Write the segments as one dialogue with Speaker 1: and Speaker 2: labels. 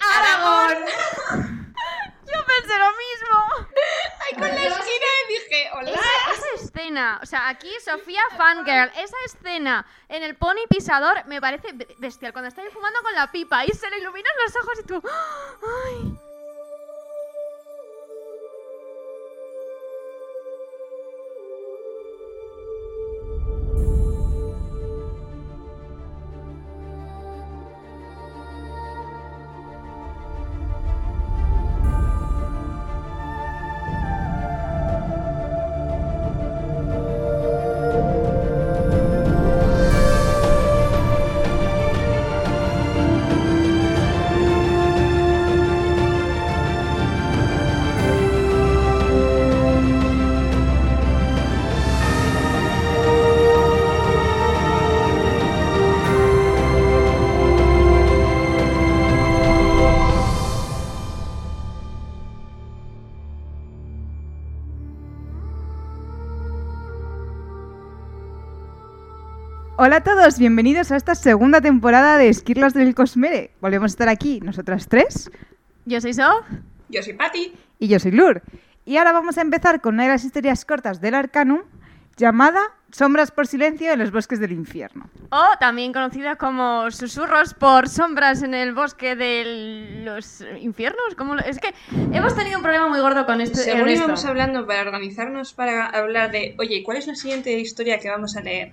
Speaker 1: escena, o sea, aquí Sofía Fangirl, esa escena en el pony pisador me parece be- bestial. Cuando está ahí fumando con la pipa y se le iluminan los ojos y tú. ¡Ay!
Speaker 2: Hola a todos, bienvenidos a esta segunda temporada de Esquirlas del Cosmere. Volvemos a estar aquí, nosotras tres,
Speaker 1: Yo soy Sof.
Speaker 3: Yo soy Patty.
Speaker 2: y yo soy Lur. Y ahora vamos a empezar con una de las historias cortas del Arcanum, llamada Sombras por Silencio en los Bosques del Infierno.
Speaker 1: O también conocida como Susurros por Sombras en el Bosque de los Infiernos. ¿Cómo lo- Es que hemos tenido un problema muy gordo con esto. en
Speaker 3: Según
Speaker 1: esto.
Speaker 3: íbamos hablando para organizarnos para hablar de, oye, ¿cuál es la siguiente historia que vamos a leer?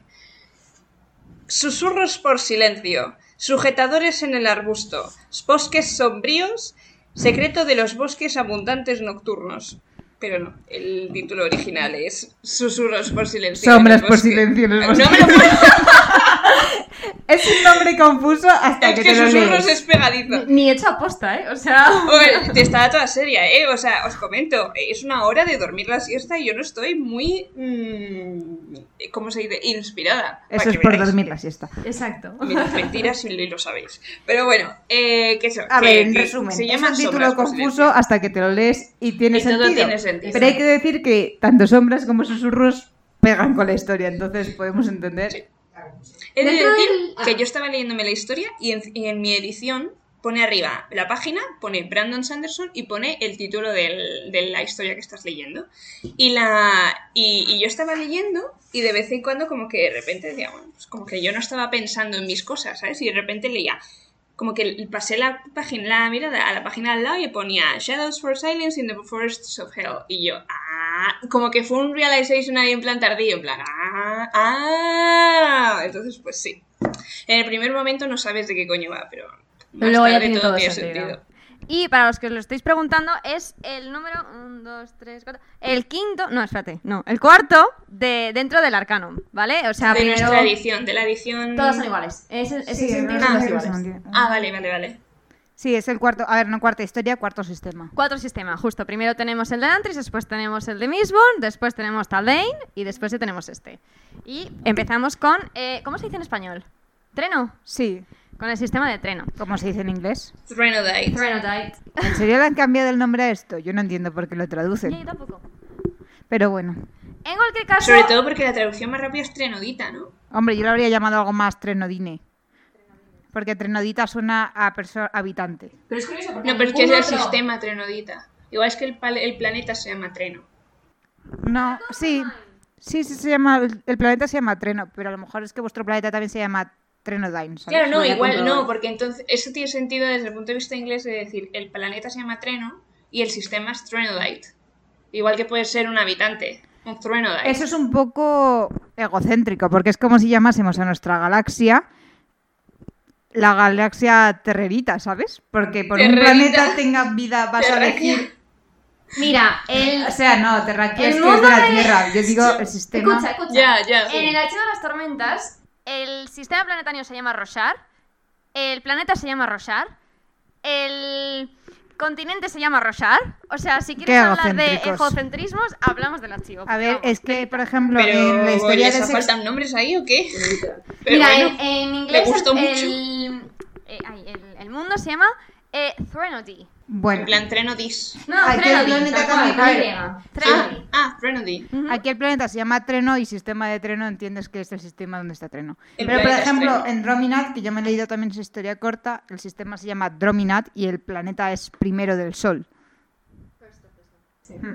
Speaker 3: Susurros por silencio, sujetadores en el arbusto, bosques sombríos, secreto de los bosques abundantes nocturnos. Pero no, el título original es Susurros por silencio.
Speaker 2: Sombras
Speaker 3: en el
Speaker 2: por
Speaker 3: bosque.
Speaker 2: silencio en el
Speaker 3: No
Speaker 2: bosque.
Speaker 3: me lo puedo-
Speaker 2: Es un nombre confuso hasta
Speaker 3: es
Speaker 2: que
Speaker 3: que
Speaker 2: te lo
Speaker 3: Susurros es
Speaker 2: lees.
Speaker 3: pegadizo.
Speaker 1: Ni, ni hecha aposta, ¿eh? O sea.
Speaker 3: Oye, te estaba toda seria, ¿eh? O sea, os comento, es una hora de dormir la siesta y yo no estoy muy. mm, ¿Cómo se dice? Inspirada. para
Speaker 2: Eso
Speaker 3: que
Speaker 2: es por
Speaker 3: veáis.
Speaker 2: dormir la siesta.
Speaker 1: Exacto.
Speaker 3: Mira, mentiras y lo sabéis. Pero bueno, eh, que eso.
Speaker 2: A
Speaker 3: que-
Speaker 2: ver, en
Speaker 3: que
Speaker 2: resumen,
Speaker 3: se
Speaker 2: es
Speaker 3: llama
Speaker 2: un título
Speaker 3: Sombras por
Speaker 2: confuso
Speaker 3: silencio.
Speaker 2: hasta que te lo lees y tiene
Speaker 3: Y todo
Speaker 2: sentido.
Speaker 3: tiene sentido.
Speaker 2: Pero hay que decir que tanto sombras como susurros pegan con la historia, entonces podemos entender.
Speaker 3: Sí. He de
Speaker 1: Dentro
Speaker 3: decir
Speaker 1: del- Ah.
Speaker 3: que yo estaba leyéndome la historia y en, y en mi edición pone arriba la página, pone Brandon Sanderson y pone el título del- de la historia que estás leyendo. Y, la, y, y yo estaba leyendo y de vez en cuando como que de repente decía, bueno, pues como que yo no estaba pensando en mis cosas, ¿sabes? Y de repente leía, como que pasé la página, la mirada a la página al lado y ponía Shadows for Silence in the Forests of Hell. Y yo, ah, como que fue un realization ahí en plan tardío, en plan, ah, ah. Entonces, pues sí. En el primer momento no sabes de qué coño va, pero. más
Speaker 1: Luego ya
Speaker 3: tarde
Speaker 1: tiene todo sentido. Y para los que os lo estáis preguntando, es el número 1, 2, 3, 4. El quinto. No, espérate. No, el cuarto de dentro del Arcanum, ¿vale? O sea,
Speaker 3: de
Speaker 1: primero.
Speaker 3: nuestra edición, de la edición.
Speaker 1: Todas son iguales. Ese, ese
Speaker 2: Sí,
Speaker 1: sentido
Speaker 2: no,
Speaker 1: son
Speaker 2: no,
Speaker 1: todas
Speaker 2: no,
Speaker 1: iguales.
Speaker 2: no, no.
Speaker 3: Ah, vale, vale, vale.
Speaker 2: Sí, es el cuarto. A ver, no cuarta historia, cuarto sistema.
Speaker 1: Cuatro sistemas, justo. Primero tenemos el de Antris, después tenemos el de Mistborn, después tenemos Taldane y después ya tenemos este. Y empezamos con. eh, ¿Cómo se dice en español? Treno.
Speaker 2: Sí,
Speaker 1: Con el sistema de treno.
Speaker 2: como se dice en inglés.
Speaker 3: Threnodite.
Speaker 1: Trenodite.
Speaker 2: ¿En serio le han cambiado el nombre a esto? Yo no entiendo por qué lo
Speaker 1: Sí,
Speaker 2: traducen.
Speaker 1: tampoco.
Speaker 2: Pero bueno.
Speaker 1: En cualquier caso.
Speaker 3: Sobre todo porque la traducción más rápida es Trenodita, ¿no?
Speaker 2: Hombre, yo lo habría llamado algo más trenodine. Porque trenodita suena a perso- habitante.
Speaker 4: Pero es curioso porque.
Speaker 3: No, pero es que es
Speaker 4: ningún
Speaker 3: el
Speaker 4: otro-
Speaker 3: sistema Trenodita. Igual es que el, pal- el planeta se llama Treno.
Speaker 2: No, sí. Sí, sí, se llama. El planeta se llama Treno, pero a lo mejor es que vuestro planeta también se llama Trenodine. ¿sabes?
Speaker 3: Claro, no,
Speaker 4: Voy a
Speaker 3: igual
Speaker 4: comprobar.
Speaker 3: no, porque entonces eso tiene sentido desde el punto de vista inglés de decir el planeta se llama Treno y el sistema es Trenodite. Igual que puede ser un habitante, un Trenodite.
Speaker 2: Eso es un poco egocéntrico, porque es como si llamásemos a nuestra galaxia la galaxia terrerita, ¿sabes? Porque por un
Speaker 3: Terrerita.
Speaker 2: planeta tenga vida vas a
Speaker 3: Terráquea.
Speaker 2: decir...
Speaker 1: Mira, el.
Speaker 2: O sea, no,
Speaker 1: El
Speaker 2: terraquia es que es de
Speaker 1: mundo
Speaker 2: la
Speaker 1: de-
Speaker 2: Tierra. Yo digo el sistema...
Speaker 4: Escucha, escucha.
Speaker 3: Ya, ya. sí.
Speaker 1: En el archivo de las tormentas, el sistema planetario se llama Roshar, el planeta se llama Roshar, el continente se llama Roshar. O sea, si
Speaker 2: Qué
Speaker 1: quieres hablar de
Speaker 2: egocéntricos.
Speaker 1: egocentrismos, hablamos del archivo.
Speaker 2: A ver,
Speaker 1: Vamos.
Speaker 2: es que, por ejemplo,
Speaker 3: Pero
Speaker 2: en la historia
Speaker 3: ¿les
Speaker 2: de
Speaker 3: ha
Speaker 2: Sex...
Speaker 3: faltan nombres ahí o qué? Pero
Speaker 1: Mira,
Speaker 3: bueno,
Speaker 1: en, en inglés
Speaker 3: gustó
Speaker 1: el,
Speaker 3: mucho.
Speaker 1: el- eh, ay, el- el mundo se llama eh, Threnody.
Speaker 2: Bueno,
Speaker 3: en plan Trenodis.
Speaker 1: No,
Speaker 2: Aquí el
Speaker 1: Threnody,
Speaker 2: planeta
Speaker 1: tal cual,
Speaker 2: también,
Speaker 1: Y.
Speaker 2: claro.
Speaker 3: Ah,
Speaker 1: Threnody.
Speaker 3: ah, Trenody.
Speaker 1: Ujú.
Speaker 2: aquí el planeta se llama Treno y sistema de Treno entiendes que es el sistema donde está Treno.
Speaker 3: El
Speaker 2: Pero, por
Speaker 3: planeta es
Speaker 2: ejemplo,
Speaker 3: Treno.
Speaker 2: en Drominat, que yo me he leído también su historia corta, el sistema se llama Drominat y el planeta es primero del Sol.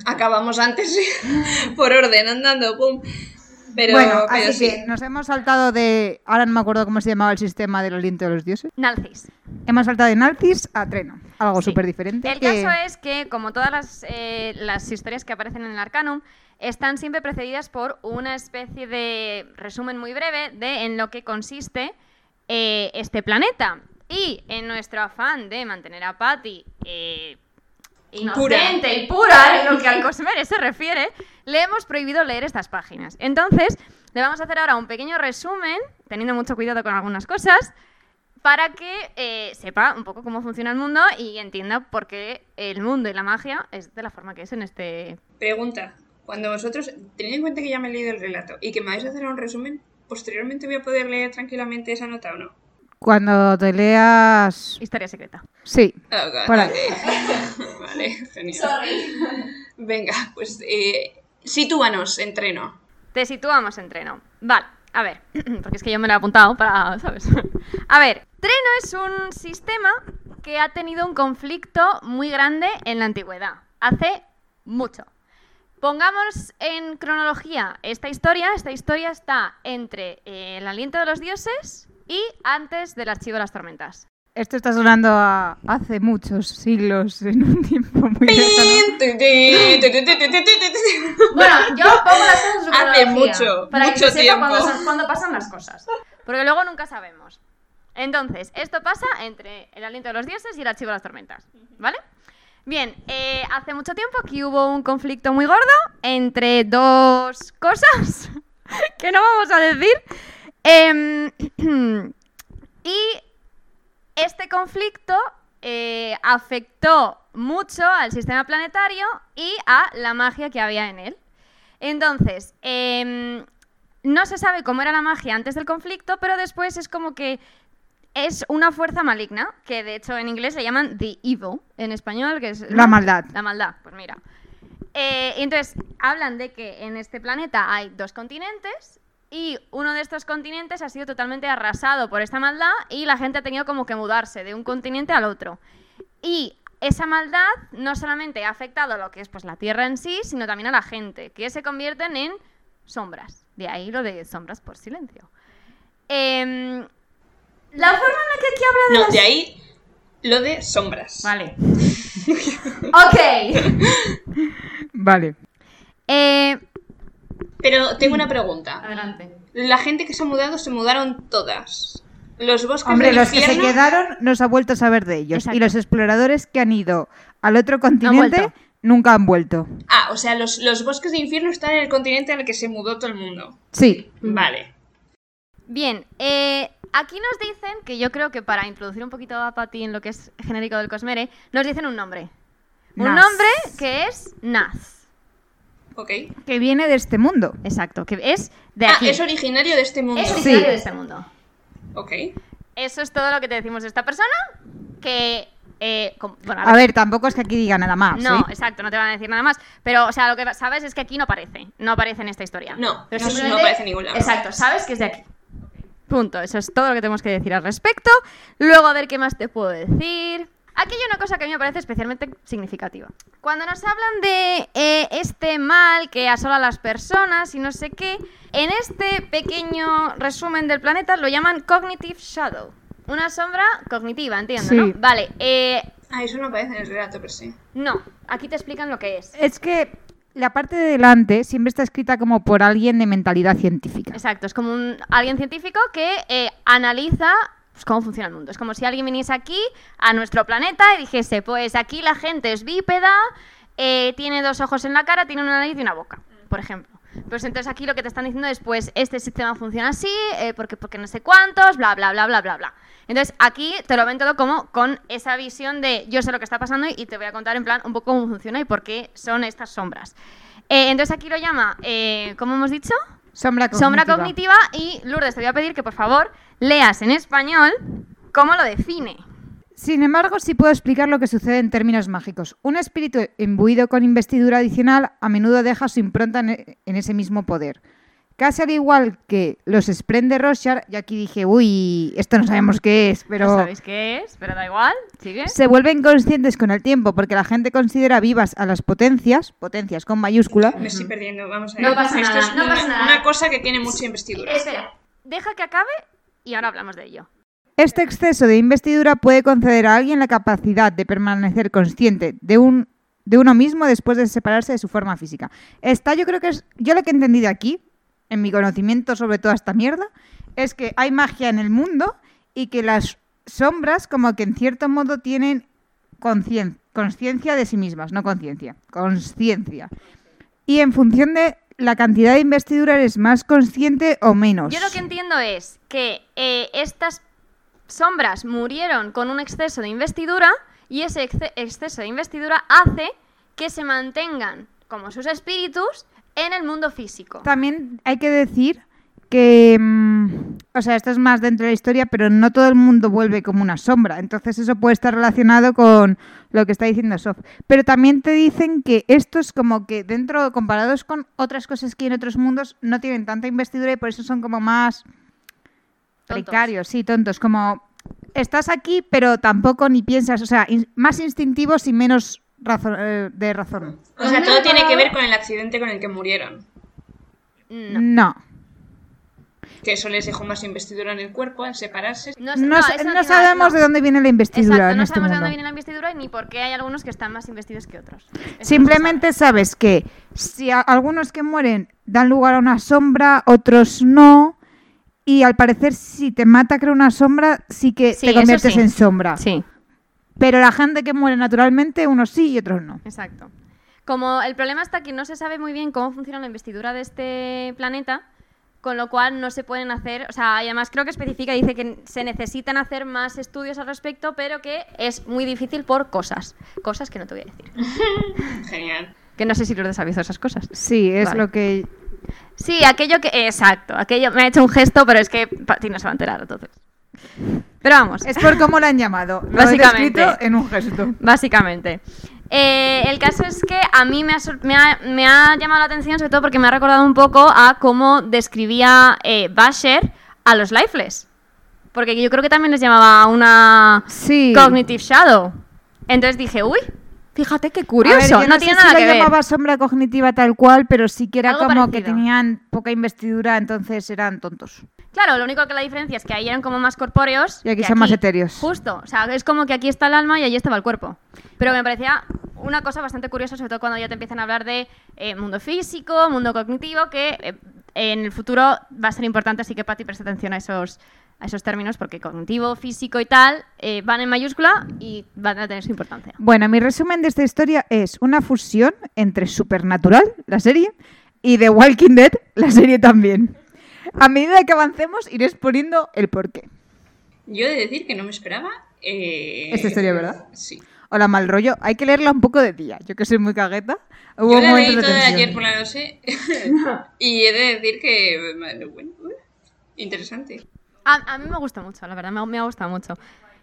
Speaker 3: Acabamos antes por orden, andando, pum. Pero,
Speaker 2: bueno,
Speaker 3: pero
Speaker 2: así
Speaker 3: sí.
Speaker 2: que nos hemos saltado de. Ahora no me acuerdo cómo se llamaba el sistema del aliento de los dioses.
Speaker 1: Nalcis.
Speaker 2: Hemos saltado de Naltis a Treno. Algo
Speaker 1: Sí.
Speaker 2: súper diferente.
Speaker 1: El
Speaker 2: que-
Speaker 1: caso es que, como todas las, eh, las historias que aparecen en el Arcanum, están siempre precedidas por una especie de resumen muy breve de en lo que consiste eh, este planeta. Y en nuestro afán de mantener a Patty eh, inocente y pura en lo que al Cosmere se refiere, le hemos prohibido leer estas páginas. Entonces, le vamos a hacer ahora un pequeño resumen, teniendo mucho cuidado con algunas cosas, para que eh, sepa un poco cómo funciona el mundo y entienda por qué el mundo y la magia es de la forma que es en este...
Speaker 3: Pregunta. Cuando vosotros, tened en cuenta que ya me he leído el relato y que me vais a hacer un resumen, posteriormente voy a poder leer tranquilamente esa nota o no.
Speaker 2: Cuando te leas.
Speaker 1: Historia secreta.
Speaker 2: Sí.
Speaker 3: Ah, ok,
Speaker 2: Por ahí.
Speaker 3: ok. vale, genial. Venga, pues eh, sitúanos, entreno.
Speaker 1: Te situamos en Treno. Vale, a ver, porque es que yo me lo he apuntado para, ¿sabes? A ver, Treno es un sistema que ha tenido un conflicto muy grande en la antigüedad, hace mucho. Pongamos en cronología esta historia. Esta historia está entre eh, el aliento de los dioses y antes del archivo de las tormentas.
Speaker 2: Esto está sonando a hace muchos siglos, en un tiempo muy lejano.
Speaker 1: Bueno, yo pongo las cosas en su
Speaker 3: Hace
Speaker 1: cronología,
Speaker 3: mucho,
Speaker 1: para
Speaker 3: mucho
Speaker 1: que se sepa cuándo
Speaker 3: tiempo.
Speaker 1: son- cuándo pasan las cosas. Porque luego nunca sabemos. Entonces, esto pasa entre el aliento de los dioses y el archivo de las tormentas. ¿Vale? Bien, eh, hace mucho tiempo que hubo un conflicto muy gordo entre dos cosas que no vamos a decir. Em, y este conflicto eh, afectó mucho al sistema planetario y a la magia que había en él. Entonces, em, no se sabe cómo era la magia antes del conflicto, pero después es como que es una fuerza maligna, que de hecho en inglés le llaman the evil, en español que es...
Speaker 2: La maldad.
Speaker 1: La maldad, pues mira. Eh, y entonces, hablan de que en este planeta hay dos continentes y uno de estos continentes ha sido totalmente arrasado por esta maldad y la gente ha tenido como que mudarse de un continente al otro. Y esa maldad no solamente ha afectado a lo que es pues, la Tierra en sí, sino también a la gente, que se convierten en sombras. De ahí lo de sombras por silencio. Em, la forma en la que aquí habla de
Speaker 3: No,
Speaker 1: las-
Speaker 3: de ahí lo de sombras.
Speaker 4: Vale.
Speaker 1: Ok.
Speaker 2: Vale.
Speaker 1: Eh,
Speaker 3: Pero tengo una pregunta.
Speaker 4: Adelante.
Speaker 3: La gente que se ha mudado, se mudaron todas. Los bosques
Speaker 2: Hombre,
Speaker 3: del
Speaker 2: los que se
Speaker 3: infierno-
Speaker 2: quedaron no se ha vuelto a saber de ellos.
Speaker 1: Exacto.
Speaker 2: Y los exploradores que han ido al otro continente
Speaker 1: vuelto.
Speaker 2: nunca han vuelto.
Speaker 3: Ah, o sea, los, los bosques de infierno están en el continente al que se mudó todo el mundo.
Speaker 2: Sí.
Speaker 3: Vale.
Speaker 1: Bien, eh, aquí nos dicen que yo creo que para introducir un poquito a Patty en lo que es genérico del Cosmere, nos dicen un nombre. Un
Speaker 2: Naz.
Speaker 1: nombre que es Naz.
Speaker 3: Ok.
Speaker 2: Que viene de este mundo.
Speaker 1: Exacto, que es de
Speaker 3: Ah,
Speaker 1: aquí.
Speaker 3: es originario de este mundo.
Speaker 1: Es
Speaker 2: Sí.
Speaker 1: originario de este mundo.
Speaker 3: Ok.
Speaker 1: Eso es todo lo que te decimos de esta persona. Que. eh, com- bueno,
Speaker 2: A ver, tampoco es que aquí diga nada más.
Speaker 1: No,
Speaker 2: ¿eh?
Speaker 1: exacto, no te van a decir nada más. Pero, o sea, lo que sabes es que aquí no aparece. No aparece en esta historia.
Speaker 3: No,
Speaker 1: Pero
Speaker 3: no,
Speaker 1: simplemente-
Speaker 3: no aparece en ningún lado.
Speaker 1: Exacto, sabes que es de aquí. Punto, eso es todo lo que tenemos que decir al respecto. Luego a ver qué más te puedo decir. Aquí hay una cosa que a mí me parece especialmente significativa. Cuando nos hablan de eh, este mal que asola a las personas y no sé qué, en este pequeño resumen del planeta lo llaman Cognitive Shadow. Una sombra cognitiva, entiendo,
Speaker 2: Sí.
Speaker 1: ¿no? Vale, eh,
Speaker 3: Ah, eso no aparece en el relato, pero sí.
Speaker 1: no, aquí te explican lo que es.
Speaker 2: Es que la parte de delante siempre está escrita como por alguien de mentalidad científica.
Speaker 1: Exacto, es como un, alguien científico que eh, analiza pues, cómo funciona el mundo. Es como si alguien viniese aquí a nuestro planeta y dijese, pues aquí la gente es bípeda, eh, tiene dos ojos en la cara, tiene una nariz y una boca, por ejemplo. Pues entonces aquí lo que te están diciendo es, pues este sistema funciona así, eh, porque, porque no sé cuántos, bla, bla, bla, bla, bla, bla. Entonces aquí te lo ven todo como con esa visión de yo sé lo que está pasando y te voy a contar en plan un poco cómo funciona y por qué son estas sombras. Eh, entonces aquí lo llama, eh, ¿cómo hemos dicho?
Speaker 2: Sombra cognitiva.
Speaker 1: Sombra cognitiva y Lourdes, te voy a pedir que por favor leas en español cómo lo define.
Speaker 2: Sin embargo, sí puedo explicar lo que sucede en términos mágicos. Un espíritu imbuido con investidura adicional a menudo deja su impronta en, e- en ese mismo poder. Casi al igual que los Spren de Roshar, yo aquí dije, uy, esto no sabemos qué es, pero...
Speaker 1: No sabéis qué es, pero da igual. Sigue.
Speaker 2: se vuelven conscientes con el tiempo porque la gente considera vivas a las potencias, potencias con mayúscula.
Speaker 3: Me estoy perdiendo, vamos a ver.
Speaker 1: No pasa
Speaker 3: Esto
Speaker 1: nada,
Speaker 3: es
Speaker 1: no
Speaker 3: una,
Speaker 1: pasa nada.
Speaker 3: una cosa que tiene mucha investidura.
Speaker 1: Espera, deja que acabe y ahora hablamos de ello.
Speaker 2: Este exceso de investidura puede conceder a alguien la capacidad de permanecer consciente de un de uno mismo después de separarse de su forma física. Está, yo creo que es yo lo que he entendido aquí en mi conocimiento sobre toda esta mierda es que hay magia en el mundo y que las sombras como que en cierto modo tienen conciencia consciencia de sí mismas, no conciencia, consciencia. Y en función de la cantidad de investidura eres más consciente o menos.
Speaker 1: Yo lo que entiendo es que eh, estas sombras murieron con un exceso de investidura y ese exce- exceso de investidura hace que se mantengan como sus espíritus en el mundo físico.
Speaker 2: También hay que decir que, mm, o sea, esto es más dentro de la historia, pero no todo el mundo vuelve como una sombra. Entonces eso puede estar relacionado con lo que está diciendo Sof. Pero también te dicen que estos como que dentro, comparados con otras cosas que hay en otros mundos, no tienen tanta investidura y por eso son como más
Speaker 1: Tontos.
Speaker 2: precarios, sí, tontos. Como estás aquí, pero tampoco ni piensas, o sea, in- más instintivos y menos razo- eh, de razón.
Speaker 3: O sea, todo tiene que ver con el accidente con el que murieron.
Speaker 1: No.
Speaker 2: No.
Speaker 3: Que eso les dejó más investidura en el cuerpo al separarse.
Speaker 1: No,
Speaker 2: No,
Speaker 1: es- no, eso
Speaker 2: sa-
Speaker 1: no
Speaker 2: no
Speaker 1: tiene nada-
Speaker 2: sabemos
Speaker 1: no.
Speaker 2: de dónde viene la investidura
Speaker 1: Exacto,
Speaker 2: en
Speaker 1: no
Speaker 2: este
Speaker 1: sabemos de
Speaker 2: mundo.
Speaker 1: dónde viene la investidura y ni por qué hay algunos que están más investidos que otros. Eso no se
Speaker 2: Simplemente sabes que si a- algunos que mueren dan lugar a una sombra, otros no. Y al parecer, si te mata, creo, una sombra, sí que
Speaker 1: Sí,
Speaker 2: te
Speaker 1: eso
Speaker 2: conviertes
Speaker 1: sí.
Speaker 2: en sombra.
Speaker 1: sabe. Sí.
Speaker 2: Pero la gente que muere naturalmente, unos sí y otros no.
Speaker 1: Exacto. Como el problema está que no se sabe muy bien cómo funciona la investidura de este planeta, con lo cual no se pueden hacer, o sea, y además creo que especifica, dice que se necesitan hacer más estudios al respecto, pero que es muy difícil por cosas, cosas que no te voy a decir.
Speaker 3: Genial.
Speaker 1: Que no sé si Lourdes ha visto esas cosas.
Speaker 2: Sí, es
Speaker 1: Vale.
Speaker 2: lo que.
Speaker 1: Sí, aquello que... Exacto, aquello... Me ha hecho un gesto, pero es que Pati no se va a enterar, entonces. Pero vamos.
Speaker 2: Es por cómo la han llamado. Lo he
Speaker 1: Básicamente.
Speaker 2: descrito en un gesto.
Speaker 1: Básicamente. Eh, el caso es que a mí me ha, sor- me ha- me ha llamado la atención, sobre todo porque me ha recordado un poco a cómo describía eh, Basher a los lifeless. Porque yo creo que también les llamaba una
Speaker 2: Sí.
Speaker 1: cognitive shadow. Entonces dije, uy, fíjate qué
Speaker 2: A ver,
Speaker 1: curioso,
Speaker 2: yo
Speaker 1: no,
Speaker 2: sé
Speaker 1: tiene
Speaker 2: si
Speaker 1: nada
Speaker 2: la
Speaker 1: que ver.
Speaker 2: llamaba sombra cognitiva tal cual, pero sí que era
Speaker 1: Algo
Speaker 2: como que
Speaker 1: parecido.
Speaker 2: tenían poca investidura, entonces eran tontos.
Speaker 1: Claro, lo único que la diferencia es que ahí eran como más corpóreos.
Speaker 2: Y aquí
Speaker 1: que
Speaker 2: son más etéreos.
Speaker 1: Justo. O sea, es como que aquí está el alma y allí estaba el cuerpo. Pero me parecía una cosa bastante curiosa, sobre todo cuando ya te empiezan a hablar de eh, mundo físico, mundo cognitivo, que eh, en el futuro va a ser importante, así que Pati presta atención a esos, a esos términos, porque cognitivo, físico y tal eh, van en mayúscula y van a tener su importancia.
Speaker 2: Bueno, mi resumen de esta historia es una fusión entre Supernatural, la serie, y The Walking Dead, la serie también. A medida que avancemos, iré exponiendo el porqué.
Speaker 3: Yo he de decir que no me esperaba. eh,
Speaker 2: Esta historia, ¿verdad?
Speaker 3: Sí.
Speaker 2: Hola, mal rollo. Hay que leerla un poco de día. Yo que soy muy cagueta. Hubo
Speaker 3: Yo la
Speaker 2: momentos
Speaker 3: leí
Speaker 2: de
Speaker 3: toda
Speaker 2: tensión.
Speaker 3: ayer por la noche. y he de decir que. madre, Bueno, bueno, interesante.
Speaker 1: A, a mí me gusta mucho, la verdad, me, ha- me ha gustado mucho.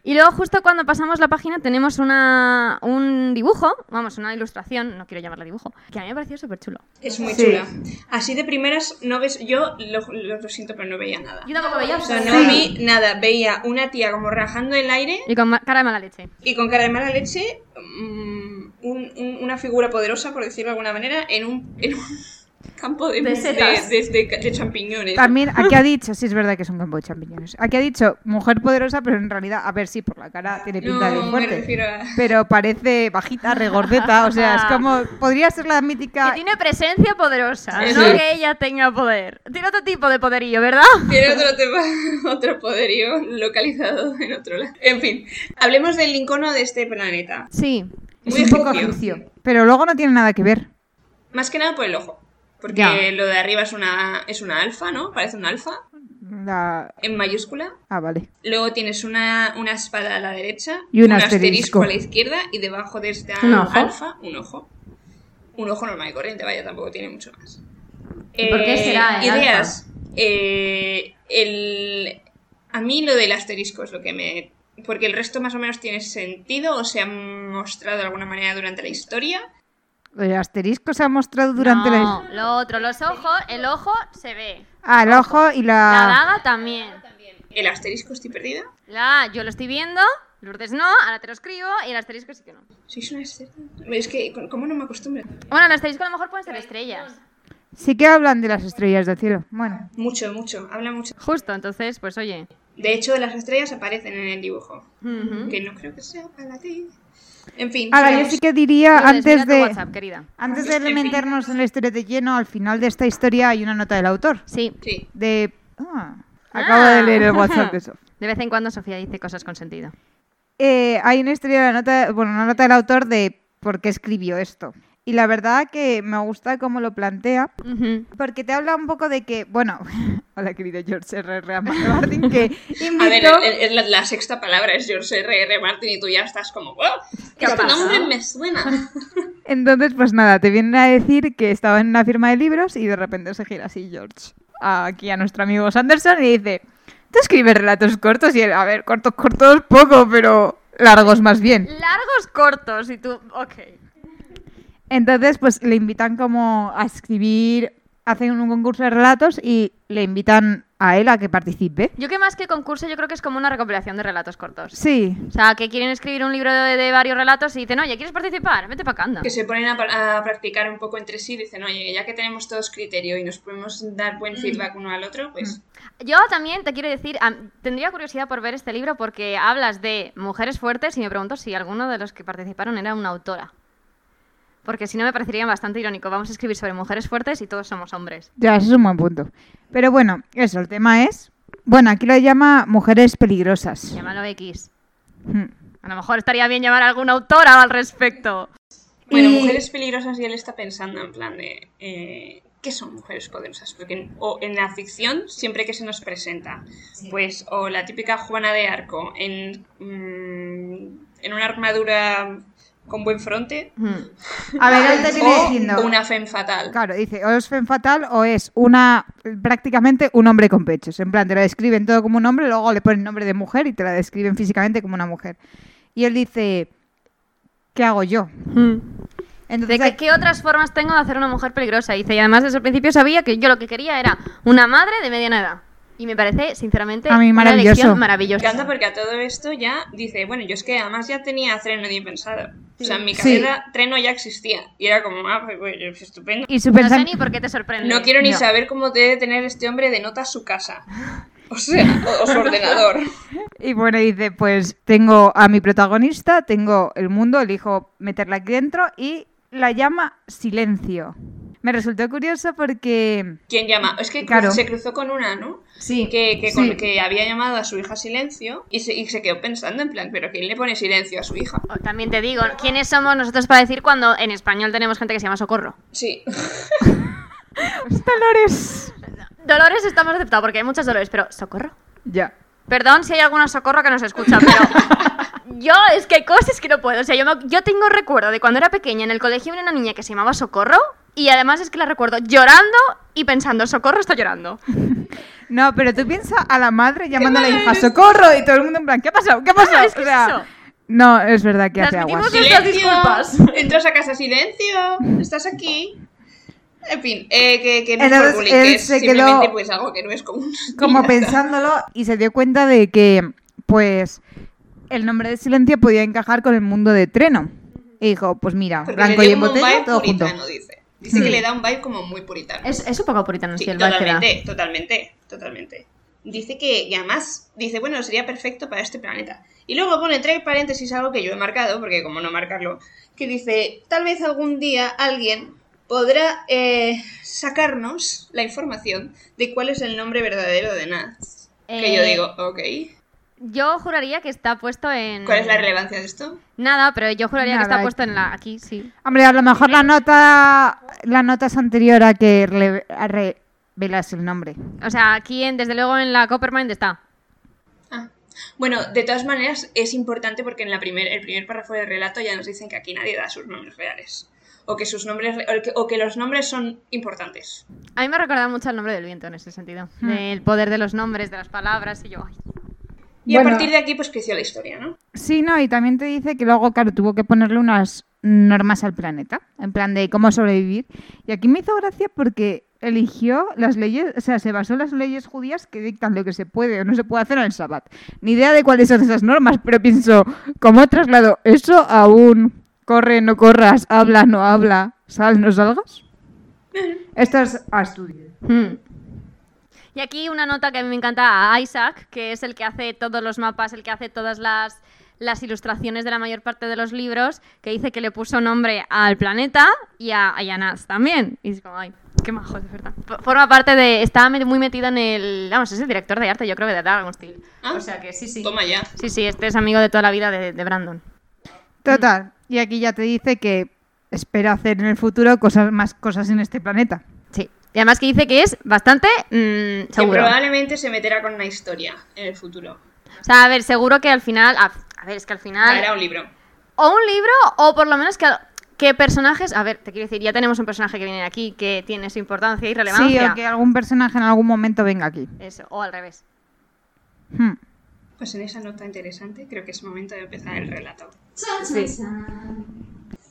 Speaker 1: Y luego justo cuando pasamos la página tenemos una, un dibujo, vamos, una ilustración, no quiero llamarla dibujo, que a mí me ha parecido súper chulo.
Speaker 3: Es muy
Speaker 2: Sí.
Speaker 3: chula. Así de primeras, no ves. Yo lo, lo- lo siento, pero no veía nada.
Speaker 1: Yo tampoco veía.
Speaker 3: O sea, no
Speaker 1: Sí.
Speaker 3: vi nada. Veía una tía como rajando el aire
Speaker 1: Y con ma- cara de mala leche.
Speaker 3: y con cara de mala leche. mm, un- un- una figura poderosa, por decirlo de alguna manera, en un, en un campo de,
Speaker 1: De setas.
Speaker 3: de- de- de champiñones.
Speaker 2: También aquí ha dicho, sí es verdad que es un campo de champiñones. Aquí ha dicho mujer poderosa, pero en realidad, a ver si por la cara tiene pinta de
Speaker 3: No, me
Speaker 2: fuerte.
Speaker 3: refiero a.
Speaker 2: Pero parece bajita, regordeta, o sea, es como podría ser la
Speaker 1: Que
Speaker 2: mítica
Speaker 1: tiene presencia poderosa,
Speaker 3: Sí.
Speaker 1: no que ella tenga poder. Tiene otro tipo de poderillo, ¿verdad?
Speaker 3: Tiene otro tema, otro poderío localizado en otro lado. En fin, hablemos del lincono de este planeta.
Speaker 1: Sí.
Speaker 2: es
Speaker 3: Muy
Speaker 2: un poco
Speaker 3: egipcio.
Speaker 2: egipcio, pero luego no tiene nada que ver.
Speaker 3: Más que nada por el ojo. Porque
Speaker 2: Ya.
Speaker 3: lo de arriba es una, es una alfa, ¿no? Parece un alfa
Speaker 2: La-
Speaker 3: en mayúscula.
Speaker 2: Ah, vale.
Speaker 3: Luego tienes una, una espada a la derecha,
Speaker 2: Y un asterisco.
Speaker 3: a la izquierda y debajo de esta
Speaker 1: ¿Un ojo?
Speaker 3: alfa un ojo. Un ojo normal y corriente, vaya, tampoco tiene mucho más. Eh,
Speaker 1: ¿Y por qué será el
Speaker 3: Ideas. Eh, el- a mí lo del asterisco es lo que me... Porque el resto más o menos tiene sentido o se ha mostrado de alguna manera durante la historia.
Speaker 2: El asterisco se ha mostrado durante
Speaker 1: no,
Speaker 2: la...
Speaker 1: lo otro, los ojos, el ojo se ve.
Speaker 2: Ah, el ojo y
Speaker 1: La
Speaker 2: la...
Speaker 1: daga también.
Speaker 3: El asterisco estoy perdida.
Speaker 1: La, yo lo estoy viendo, Lourdes no, ahora te lo escribo y el asterisco sí que no.
Speaker 3: Sois una cerda. Es que, ¿cómo no me acostumbro?
Speaker 1: Bueno, el asterisco a lo mejor pueden ser estrellas.
Speaker 2: Sí que hablan de las estrellas del cielo. Bueno,
Speaker 3: Mucho, mucho. Habla mucho.
Speaker 1: Justo, entonces, pues oye.
Speaker 3: De hecho, las estrellas aparecen en el dibujo.
Speaker 1: Ujú.
Speaker 3: Que no creo que sea para ti. En fin.
Speaker 2: ahora yo
Speaker 3: sigamos.
Speaker 2: sí que diría
Speaker 1: Lourdes, mira
Speaker 2: antes
Speaker 1: tu
Speaker 2: de...
Speaker 1: WhatsApp, querida.
Speaker 2: Antes de meternos en la historia de lleno, al final de esta historia hay una nota del autor.
Speaker 1: Sí.
Speaker 3: Sí.
Speaker 2: De... Ah, acabo de leer el WhatsApp de Sof.
Speaker 1: De vez en cuando Sofía dice cosas con sentido.
Speaker 2: Eh, hay una historia de la nota, bueno, una nota del autor de por qué escribió esto. Y la verdad que me gusta cómo lo plantea,
Speaker 1: Ujú.
Speaker 2: porque te habla un poco de que, bueno, hola querido George R. R. Martin, que invitó...
Speaker 3: A ver, el- el- la, la sexta palabra es George R. R. Martin y tú ya estás como, wow,
Speaker 1: ¿Qué
Speaker 3: este
Speaker 1: ha pasado?
Speaker 3: nombre me suena.
Speaker 2: Entonces, pues nada, te vienen a decir que estaba en una firma de libros y de repente se gira así George aquí a nuestro amigo Sanderson y dice, tú escribes relatos cortos y él, a ver, cortos, cortos, poco, pero largos más bien.
Speaker 1: Largos, cortos y tú, ok.
Speaker 2: Entonces, pues le invitan como a escribir, hacen un concurso de relatos y le invitan a él a que participe.
Speaker 1: Yo que más que concurso, yo creo que es como una recopilación de relatos cortos.
Speaker 2: Sí,
Speaker 1: O sea, que quieren escribir un libro de, de varios relatos y dicen, oye, ¿quieres participar? Vete pa' acá, anda.
Speaker 3: Que se ponen a, pa- a practicar un poco entre sí. Dicen, oye, ya que tenemos todos criterio y nos podemos dar
Speaker 1: Mm.
Speaker 3: buen feedback uno al otro, pues
Speaker 1: Yo también te quiero decir, am- tendría curiosidad por ver este libro porque hablas de mujeres fuertes y me pregunto si alguno de los que participaron era una autora. Porque si no me parecería bastante irónico. Vamos a escribir sobre mujeres fuertes y todos somos hombres.
Speaker 2: ya, ese es un buen punto. Pero bueno, eso, el tema es... Bueno, aquí lo llama mujeres peligrosas.
Speaker 1: Llámalo X.
Speaker 2: Mm.
Speaker 1: A lo mejor estaría bien llamar a alguna autora al respecto.
Speaker 3: Bueno,
Speaker 2: Y-
Speaker 3: mujeres peligrosas y él está pensando en plan de... eh, ¿Qué son mujeres poderosas? Porque en, o en la ficción, siempre que se nos presenta, pues o la típica Juana de Arco en, mm, en una armadura con buen fronte,
Speaker 1: Hmm.
Speaker 2: A ver, él te viene diciendo...
Speaker 3: o Oh, una femme fatal.
Speaker 2: Claro, dice, o es fem fatal o es una prácticamente un hombre con pechos. En plan, te la describen todo como un hombre, luego le ponen nombre de mujer y te la describen físicamente como una mujer. Y él dice, ¿qué hago yo? Hmm.
Speaker 1: ¿De
Speaker 2: Entonces,
Speaker 1: qué, qué otras formas tengo de hacer una mujer peligrosa? Dice, y además desde el principio sabía que yo lo que quería era una madre de mediana edad. Y me parece, sinceramente,
Speaker 2: A mí
Speaker 1: una
Speaker 2: maravilloso.
Speaker 1: elección
Speaker 3: Me encanta
Speaker 1: maravillosa.
Speaker 3: porque a todo esto ya dice, bueno, yo es que además ya tenía Treno bien pensado. O sea, en mi
Speaker 2: Sí.
Speaker 3: cabeza Treno ya existía. Y era como, ah, pues, pues, pues, estupendo.
Speaker 2: y su
Speaker 1: No sé
Speaker 2: pensan-
Speaker 1: ni por qué te sorprende.
Speaker 3: No quiero ni
Speaker 2: No.
Speaker 3: saber cómo debe tener este hombre de nota su casa. O sea, o, o su ordenador.
Speaker 2: y bueno, dice, pues tengo a mi protagonista, tengo el mundo, elijo meterla aquí dentro y la llama silencio. Me resultó curioso porque...
Speaker 3: ¿Quién llama? Es que cru-
Speaker 2: Claro.
Speaker 3: se cruzó con una, ¿no?
Speaker 2: Sí,
Speaker 3: Que, que, con-
Speaker 2: Sí.
Speaker 3: que había llamado a su hija Silencio y se, y se quedó pensando en plan, ¿pero quién le pone silencio a su hija?
Speaker 1: O También te digo, ¿quiénes somos nosotros para decir cuando en español tenemos gente que se llama Socorro?
Speaker 3: Sí.
Speaker 2: Dolores.
Speaker 1: Dolores estamos aceptados porque hay muchas Dolores, pero ¿Socorro?
Speaker 2: Ya.
Speaker 1: Perdón si hay alguna Socorro que nos escucha, pero yo es que hay cosas que no puedo. O sea, yo, me- yo tengo recuerdo de cuando era pequeña en el colegio había una niña que se llamaba Socorro y además es que la recuerdo llorando y pensando, Socorro está llorando.
Speaker 2: No, pero tú piensas a la madre llamando a la
Speaker 3: madre
Speaker 2: hija,
Speaker 3: eres?
Speaker 2: socorro, y todo el mundo en plan, ¿qué ha pasado? ¿Qué ha pasado?
Speaker 1: Ah, es que es eso.
Speaker 2: No, es verdad que hace
Speaker 1: Transmitimos
Speaker 2: aguas.
Speaker 1: el- Nuestras disculpas.
Speaker 3: Entras a casa silencio, estás aquí. En fin, eh, que, que no es
Speaker 2: Entonces,
Speaker 3: por bullying,
Speaker 2: él
Speaker 3: que es
Speaker 2: se quedó-
Speaker 3: simplemente pues algo que no es común.
Speaker 2: Como
Speaker 3: Y ya está.
Speaker 2: pensándolo, y se dio cuenta de que, pues, el nombre de silencio podía encajar con el mundo de Treno. Y dijo, pues mira,
Speaker 3: Porque
Speaker 2: blanco
Speaker 3: le
Speaker 2: y
Speaker 3: dio
Speaker 2: en
Speaker 3: como un
Speaker 2: botella,
Speaker 3: vibe
Speaker 2: todo junto.
Speaker 3: puritano, dice. Dice que
Speaker 2: Hmm.
Speaker 3: le da un vibe como muy puritano.
Speaker 1: Es, es un poco puritano,
Speaker 3: Sí,
Speaker 1: sí, el vibe que da.
Speaker 3: totalmente, totalmente, totalmente. Dice que, y además, dice, bueno, sería perfecto para este planeta. Y luego pone entre paréntesis algo que yo he marcado, porque como no marcarlo, que dice, tal vez algún día alguien podrá eh, sacarnos la información de cuál es el nombre verdadero de Naz. Que yo
Speaker 1: Eh,
Speaker 3: digo, ok,
Speaker 1: Yo juraría que está puesto en.
Speaker 3: ¿cuál es la relevancia de esto?
Speaker 1: Nada, pero yo juraría que
Speaker 2: Nada.
Speaker 1: está puesto en la. Aquí, sí.
Speaker 2: Hombre, a lo mejor la nota, la nota es anterior a que rele- a revelas el nombre.
Speaker 1: O sea, aquí, en, desde luego, en la Coppermind está.
Speaker 3: Ah. Bueno, de todas maneras es importante porque en la primer, el primer párrafo del relato ya nos dicen que aquí nadie da sus nombres reales. O que, sus nombres, re- o que, o que los nombres son importantes.
Speaker 1: A mí me ha recordado mucho el nombre del viento en ese sentido. El poder de los nombres, de las palabras y yo. ay.
Speaker 3: Y
Speaker 2: Bueno.
Speaker 3: a partir de aquí, pues creció la historia, ¿no?
Speaker 2: Sí, no, y también te dice que luego, claro, tuvo que ponerle unas normas al planeta, en plan de cómo sobrevivir. Y aquí me hizo gracia porque eligió las leyes, o sea, se basó en las leyes judías que dictan lo que se puede o no se puede hacer en el Sabbat. Ni idea de cuáles son esas normas, pero pienso, ¿cómo traslado eso a un corre, no corras, habla, no habla, sal, no salgas? Esto es a estudio.
Speaker 1: Hmm. Y aquí una nota que a mí me encanta a Isaac, que es el que hace todos los mapas, el que hace todas las, las ilustraciones de la mayor parte de los libros, que dice que le puso nombre al planeta y a, a Yanaz también. Y es como, ay, qué majo, de verdad. F- Forma parte de. Estaba met- muy metida en el. Vamos, es el director de arte, yo creo que de Dragon Steel.
Speaker 3: Ah.
Speaker 1: O sea que sí, sí.
Speaker 3: Toma ya.
Speaker 1: Sí, sí, este es amigo de toda la vida de, de Brandon.
Speaker 2: Total, y aquí ya te dice que espera hacer en el futuro cosas más cosas en este planeta.
Speaker 1: Sí. Y además que dice que es bastante mm,
Speaker 3: Que
Speaker 1: seguro.
Speaker 3: probablemente se meterá con una historia en el futuro.
Speaker 1: O sea, a ver, seguro que al final. A, a ver, es que al final.
Speaker 3: Era un libro.
Speaker 1: O un libro, o por lo menos que, que personajes. A ver, te quiero decir, ya tenemos un personaje que viene aquí que tiene su importancia y relevancia.
Speaker 2: Sí, o que algún personaje en algún momento venga aquí.
Speaker 1: Eso, o al revés.
Speaker 2: Hmm.
Speaker 3: Pues en esa nota interesante creo que es momento de empezar el relato.
Speaker 1: Sí.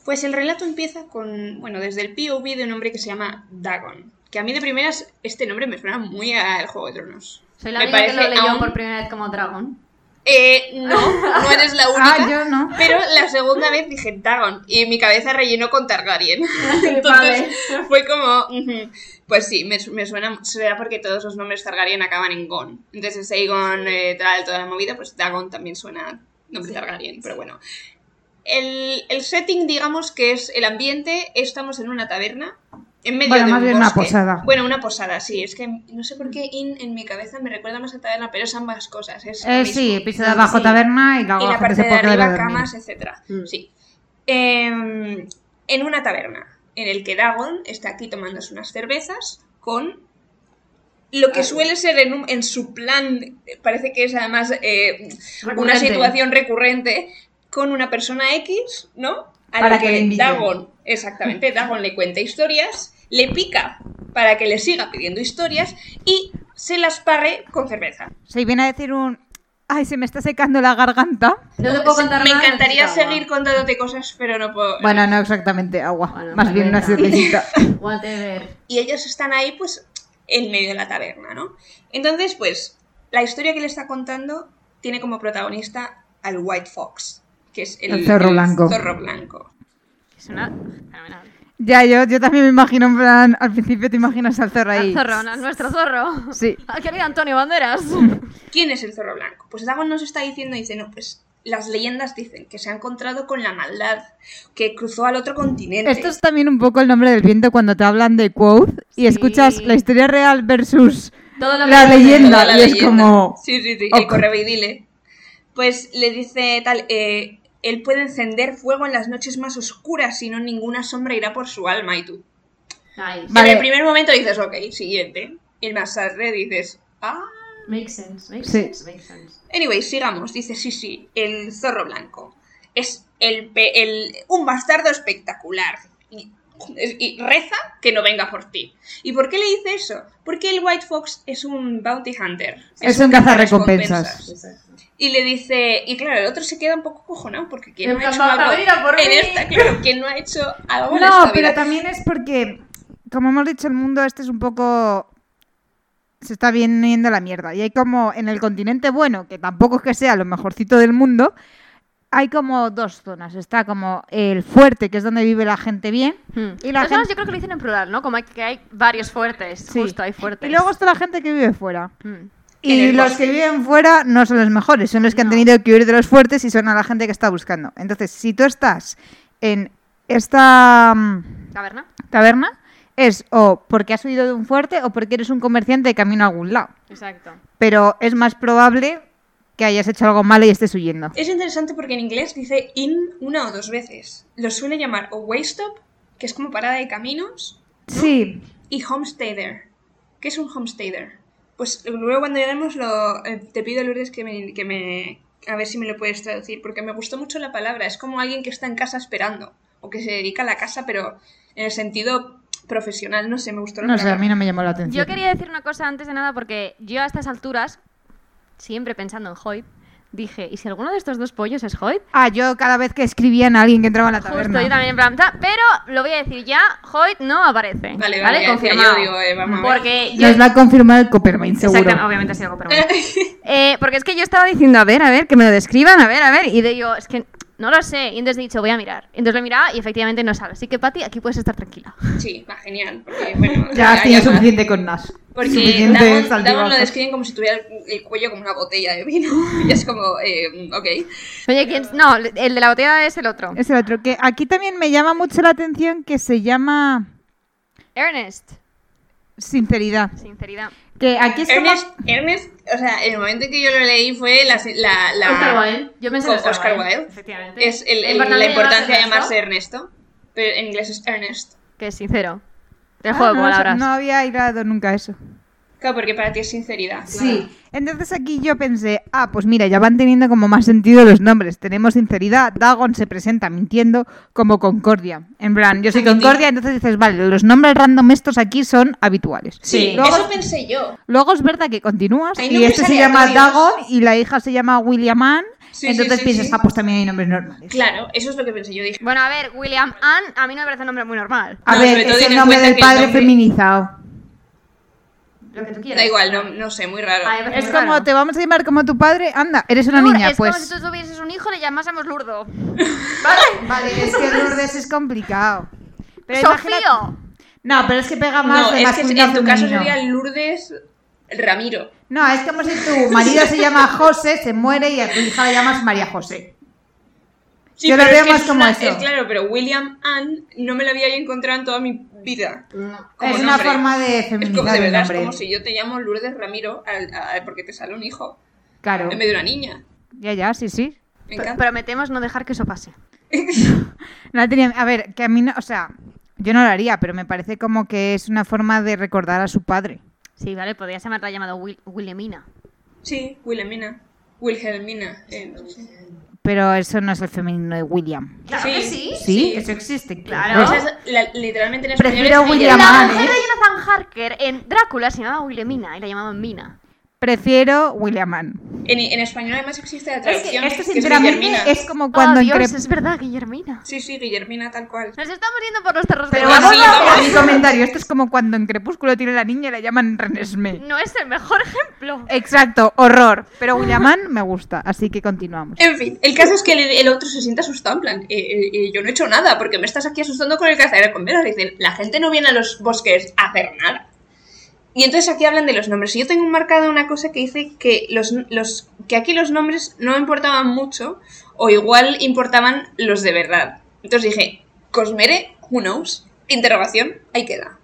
Speaker 3: Pues el relato empieza con, bueno, desde el POV de un hombre que se llama Dagon. Que a mí de primeras este nombre me suena muy al Juego de Tronos.
Speaker 1: Soy la
Speaker 3: me
Speaker 1: única que lo leyó
Speaker 3: aún-
Speaker 1: por primera vez como dragón.
Speaker 3: Eh, no, no eres la única.
Speaker 2: Ah, yo no.
Speaker 3: Pero la segunda vez dije Dagon y mi cabeza rellenó con Targaryen.
Speaker 2: Ah,
Speaker 3: Entonces
Speaker 1: Vale.
Speaker 3: fue como, ujú. pues sí, me, su- me suena, será porque todos los nombres Targaryen acaban en Gon. Entonces Aegon, eh, tal, toda la movida, pues Dagon también suena a nombre Targaryen, pero bueno. El, el setting, digamos que es el ambiente, estamos en una taberna. En medio
Speaker 2: Bueno,
Speaker 3: de
Speaker 2: más
Speaker 3: un
Speaker 2: bien una
Speaker 3: bosque.
Speaker 2: posada.
Speaker 3: Bueno, una posada, sí. Es que no sé por qué in en mi cabeza me recuerda más a taberna, pero es ambas cosas. Es lo
Speaker 2: Eh,
Speaker 3: mismo.
Speaker 2: sí, piso de abajo
Speaker 3: Sí
Speaker 2: taberna y luego
Speaker 3: y la
Speaker 2: gente
Speaker 3: parte
Speaker 2: se
Speaker 3: de
Speaker 2: puede quedar a
Speaker 3: arriba
Speaker 2: dormir.
Speaker 3: camas, etcétera.
Speaker 1: Mm.
Speaker 3: Sí. Em, en una taberna, en el que Dagon está aquí tomándose unas cervezas con lo que suele ser en, un- en su plan, eh, parece que es además eh, una
Speaker 1: Recurrente.
Speaker 3: situación recurrente, con una persona X, ¿no? A
Speaker 2: Para
Speaker 3: la
Speaker 2: que le
Speaker 3: que,
Speaker 2: invite.
Speaker 3: Dagon, exactamente, Dagon le cuenta historias, le pica para que le siga pidiendo historias y se las pague con cerveza.
Speaker 2: Si viene a decir un... Ay, se me está secando la garganta.
Speaker 1: No te puedo contar
Speaker 3: Me
Speaker 1: nada,
Speaker 3: encantaría
Speaker 1: necesito agua.
Speaker 3: seguir contándote cosas, pero no puedo.
Speaker 2: Bueno, no exactamente agua.
Speaker 1: Bueno,
Speaker 2: más bien una
Speaker 1: cerveza.
Speaker 2: cervecita.
Speaker 1: Whatever.
Speaker 3: y ellos están ahí, pues, en medio de la taberna, ¿no? Entonces, pues, la historia que le está contando tiene como protagonista al White Fox, que es el,
Speaker 2: El zorro blanco.
Speaker 3: zorro blanco.
Speaker 1: Es una. fenomenal.
Speaker 2: ya, yo, yo también me imagino, en plan... Al principio te imaginas al zorro ahí.
Speaker 1: Al zorro, al nuestro zorro.
Speaker 2: Sí.
Speaker 1: Al querido Antonio Banderas.
Speaker 3: ¿Quién es el zorro blanco? Pues Dagon nos está diciendo, dice, no, pues, las leyendas dicen que se ha encontrado con la maldad, que cruzó al otro continente.
Speaker 2: Esto es también un poco el nombre del viento cuando te hablan de Quoth y
Speaker 1: Sí.
Speaker 2: escuchas la historia real versus
Speaker 1: Todo lo que
Speaker 2: la
Speaker 1: dice.
Speaker 2: leyenda.
Speaker 3: Toda la
Speaker 2: y es
Speaker 3: leyenda.
Speaker 2: como...
Speaker 3: Sí, sí, sí,
Speaker 2: Ok.
Speaker 3: el correveidile. Pues le dice tal, eh, él puede encender fuego en las noches más oscuras y no ninguna sombra irá por su alma y tú.
Speaker 1: Ay,
Speaker 2: Vale.
Speaker 3: En el primer momento dices, ok, siguiente. Y más tarde dices, ah.
Speaker 1: Makes sense, makes
Speaker 2: Sí.
Speaker 1: sense, makes sense.
Speaker 3: Anyway, sigamos. Dice, sí, sí, el zorro blanco. Es el, pe- el- un bastardo espectacular. Y, y reza que no venga por ti. ¿Y por qué le dice eso? Porque el White Fox es un bounty hunter.
Speaker 2: Es un cazarrecompensas.
Speaker 3: cazarrecompensas. Y le dice, y claro, el otro se queda un poco cojonado porque quien
Speaker 1: En
Speaker 3: no ha
Speaker 1: plan,
Speaker 3: hecho
Speaker 1: va a
Speaker 3: algo
Speaker 1: venir a por
Speaker 3: en
Speaker 1: mí.
Speaker 3: esta, claro, quien no ha hecho algo en
Speaker 2: No,
Speaker 3: esta
Speaker 2: pero
Speaker 3: vida.
Speaker 2: también es porque, como hemos dicho, el mundo este es un poco... Se está viniendo a la mierda. Y hay como, en el continente bueno, que tampoco es que sea lo mejorcito del mundo, hay como dos zonas. Está como el fuerte, que es donde vive la gente bien.
Speaker 1: Hmm.
Speaker 2: Y la
Speaker 1: Los demás
Speaker 2: gente-
Speaker 1: yo creo que lo dicen en plural, ¿no? Como hay- que hay varios fuertes,
Speaker 2: Sí.
Speaker 1: justo hay fuertes.
Speaker 2: Y luego está la gente que vive fuera.
Speaker 1: Hmm.
Speaker 2: Y
Speaker 3: el
Speaker 2: los
Speaker 3: bosque.
Speaker 2: que viven fuera no son los mejores, son los que han
Speaker 1: No.
Speaker 2: tenido que huir de los fuertes y son a la gente que está buscando. Entonces, si tú estás en esta... mm,
Speaker 1: Taberna.
Speaker 2: taberna es o porque has huido de un fuerte o porque eres un comerciante de camino a algún lado.
Speaker 1: Exacto.
Speaker 2: Pero es más probable que hayas hecho algo malo y estés huyendo.
Speaker 3: Es interesante porque en inglés dice in una o dos veces. Lo suele llamar o waystop, que es como parada de caminos,
Speaker 2: Sí,
Speaker 3: y homesteader. ¿Qué es un homesteader? Pues luego cuando lleguemos lo, eh, te pido, Lourdes, que me, que me... A ver si me lo puedes traducir, porque me gustó mucho la palabra. Es como alguien que está en casa esperando, o que se dedica a la casa, pero en el sentido profesional, no sé, me gustó la
Speaker 2: no sé, a
Speaker 3: palabra.
Speaker 2: mí no me llamó la atención.
Speaker 1: Yo quería decir una cosa antes de nada, porque yo a estas alturas, siempre pensando en Hoyt, dije, ¿y si alguno de estos dos pollos es Hoyt?
Speaker 2: Ah, yo cada vez que escribían a alguien que entraba en la
Speaker 1: Justo,
Speaker 2: taberna.
Speaker 1: yo también en plan, ta- pero lo voy a decir ya, Hoyt no aparece.
Speaker 3: Vale, vale, ya decía
Speaker 1: confirmado.
Speaker 3: yo, digo, eh, vamos a ver.
Speaker 1: Porque yo...
Speaker 2: Nos la ha confirmado el Coppermine, seguro.
Speaker 1: Exactamente, obviamente ha sido algo, pero bueno. Eh, porque es que yo estaba diciendo, a ver, a ver, que me lo describan, a ver, a ver, y de yo, es que no lo sé, y entonces he dicho, voy a mirar. Entonces lo he mirado y efectivamente no sale. Así que, Pati, aquí puedes estar tranquila.
Speaker 3: Sí, va genial. Porque, bueno,
Speaker 4: Ya has
Speaker 3: ya
Speaker 4: tenido
Speaker 3: más.
Speaker 4: suficiente con Nash.
Speaker 3: Porque
Speaker 4: Suficiente
Speaker 3: Dagon, Dagon lo
Speaker 4: saldivazos.
Speaker 3: describen como si tuviera el, el cuello como una botella de vino. Y es como, eh, ok.
Speaker 1: Oye, ¿quién? es? No, el de la botella es el otro.
Speaker 2: Es el otro. Que aquí también me llama mucho la atención que se llama
Speaker 1: Ernest.
Speaker 2: sinceridad.
Speaker 1: Sinceridad.
Speaker 2: Que aquí es como...
Speaker 3: Ernest, Ernest, o sea, el momento en que yo lo leí fue la... la, la-
Speaker 1: Yo
Speaker 3: pensé en Oscar Oscar Wilde, Wilde.
Speaker 1: Efectivamente.
Speaker 3: Es el- el- la importancia de llamarse Ernesto. Pero en inglés es Ernest.
Speaker 1: Que es sincero.
Speaker 2: Ah,
Speaker 1: El juego de
Speaker 2: no,
Speaker 1: palabras.
Speaker 2: no había hilado nunca eso.
Speaker 3: Claro, porque para ti es sinceridad.
Speaker 4: Sí.
Speaker 2: Entonces aquí yo pensé, ah, pues mira, ya van teniendo como más sentido los nombres. Tenemos sinceridad, Dagon se presenta mintiendo como Concordia. En plan, yo soy Concordia, entonces dices, vale, los nombres random estos aquí son habituales.
Speaker 4: Sí.
Speaker 2: Luego,
Speaker 3: Eso pensé yo.
Speaker 2: luego es verdad que continúas
Speaker 3: Hay
Speaker 2: y
Speaker 3: nombres
Speaker 2: este se llama
Speaker 3: aleatorios.
Speaker 2: Dagon y la hija se llama William Ann.
Speaker 3: Sí,
Speaker 2: entonces
Speaker 3: sí, sí,
Speaker 2: piensas,
Speaker 3: sí.
Speaker 2: ah, pues también hay nombres normales.
Speaker 3: Claro, eso es lo que pensé yo. Dije,
Speaker 1: Bueno, a ver, William Ann, a mí no me parece un nombre muy normal.
Speaker 2: A
Speaker 3: No,
Speaker 2: ver,
Speaker 3: sobre todo
Speaker 2: es
Speaker 3: ten
Speaker 2: el
Speaker 3: en
Speaker 2: nombre
Speaker 3: cuenta
Speaker 2: del
Speaker 3: que el
Speaker 2: padre
Speaker 3: nombre-
Speaker 2: feminizado.
Speaker 1: Lo que tú quieras.
Speaker 3: da igual, no, no sé, muy raro.
Speaker 1: Ay,
Speaker 2: Es
Speaker 1: Claro.
Speaker 2: como, te vamos a llamar como tu padre, anda, eres una
Speaker 1: Lourdes,
Speaker 2: niña,
Speaker 1: es
Speaker 2: pues.
Speaker 1: como si tú tuvieses un hijo, le llamásemos Lurdo.
Speaker 2: Vale, es que Lourdes es complicado. Pero
Speaker 1: ¡Sofío!
Speaker 2: imagina- No, pero es que pega más
Speaker 3: no,
Speaker 2: de
Speaker 3: es que
Speaker 2: masculino
Speaker 3: en tu caso
Speaker 2: femenino.
Speaker 3: sería Lourdes Ramiro.
Speaker 2: No, es como si tu marido se llama José, se muere y a tu hija la llamas María José. Yo lo
Speaker 3: pero
Speaker 2: veo
Speaker 3: es que
Speaker 2: más
Speaker 3: es
Speaker 2: como
Speaker 3: una-
Speaker 2: eso.
Speaker 3: es claro, pero William Ann no me lo había yo encontrado en toda mi vida. Como
Speaker 2: es una
Speaker 3: nombre.
Speaker 2: forma de
Speaker 3: Es como
Speaker 2: feminizar
Speaker 3: de
Speaker 2: el
Speaker 3: verdad, es
Speaker 2: nombre.
Speaker 3: como si yo te llamo Lourdes Ramiro al- al- porque te sale un hijo
Speaker 2: Claro.
Speaker 3: en vez de una niña.
Speaker 2: Ya, ya, sí, sí.
Speaker 3: Me encanta.
Speaker 1: Prometemos no dejar que eso pase.
Speaker 2: No tenía- a ver, que a mí no, o sea, yo no lo haría, pero me parece como que es una forma de recordar a su padre.
Speaker 1: Sí, vale, podrías haberla llamado Wil- Wilhelmina.
Speaker 3: Sí, Wilhelmina. Wilhelmina. eh, no sé.
Speaker 2: Pero eso no es el femenino de William.
Speaker 1: Claro que sí.
Speaker 2: Sí,
Speaker 3: Sí.
Speaker 2: eso existe.
Speaker 1: Claro.
Speaker 3: Esa es la- literalmente en español
Speaker 2: Prefiero
Speaker 3: es
Speaker 2: William
Speaker 1: La
Speaker 2: Llamada,
Speaker 1: mujer
Speaker 2: ¿eh?
Speaker 1: de Jonathan Harker en Drácula se llamaba Wilhelmina y la llamaban Mina.
Speaker 2: Prefiero William Ann.
Speaker 3: En, en español además existe la
Speaker 2: Es que
Speaker 3: traducción.
Speaker 2: esto,
Speaker 3: que es
Speaker 2: sinceramente,
Speaker 3: Guillermina.
Speaker 2: es como cuando
Speaker 1: Oh,
Speaker 2: en
Speaker 1: Dios,
Speaker 2: Crep-
Speaker 1: es verdad, Guillermina.
Speaker 3: Sí, sí, Guillermina tal cual.
Speaker 1: Nos estamos yendo por los terros
Speaker 2: Pero
Speaker 1: de
Speaker 2: vamos
Speaker 3: sí,
Speaker 2: a
Speaker 3: vamos.
Speaker 2: hacer mi comentario. Esto es como cuando en Crepúsculo tiene la niña y la llaman Renesme.
Speaker 1: No es el mejor ejemplo.
Speaker 2: Exacto, horror. Pero William Ann me gusta, así que continuamos.
Speaker 3: En fin, el caso es que el, el otro se siente asustado, en plan, eh, eh, eh, yo no he hecho nada, porque me estás aquí asustando con el cazador de condenas. Dicen, la gente no viene a los bosques a hacer nada. Y entonces aquí hablan de los nombres. Y yo tengo marcado una cosa que dice que, los, los, que aquí los nombres no importaban mucho, o igual importaban los de verdad. Entonces dije, Cosmere, who knows? Interrogación, ahí queda.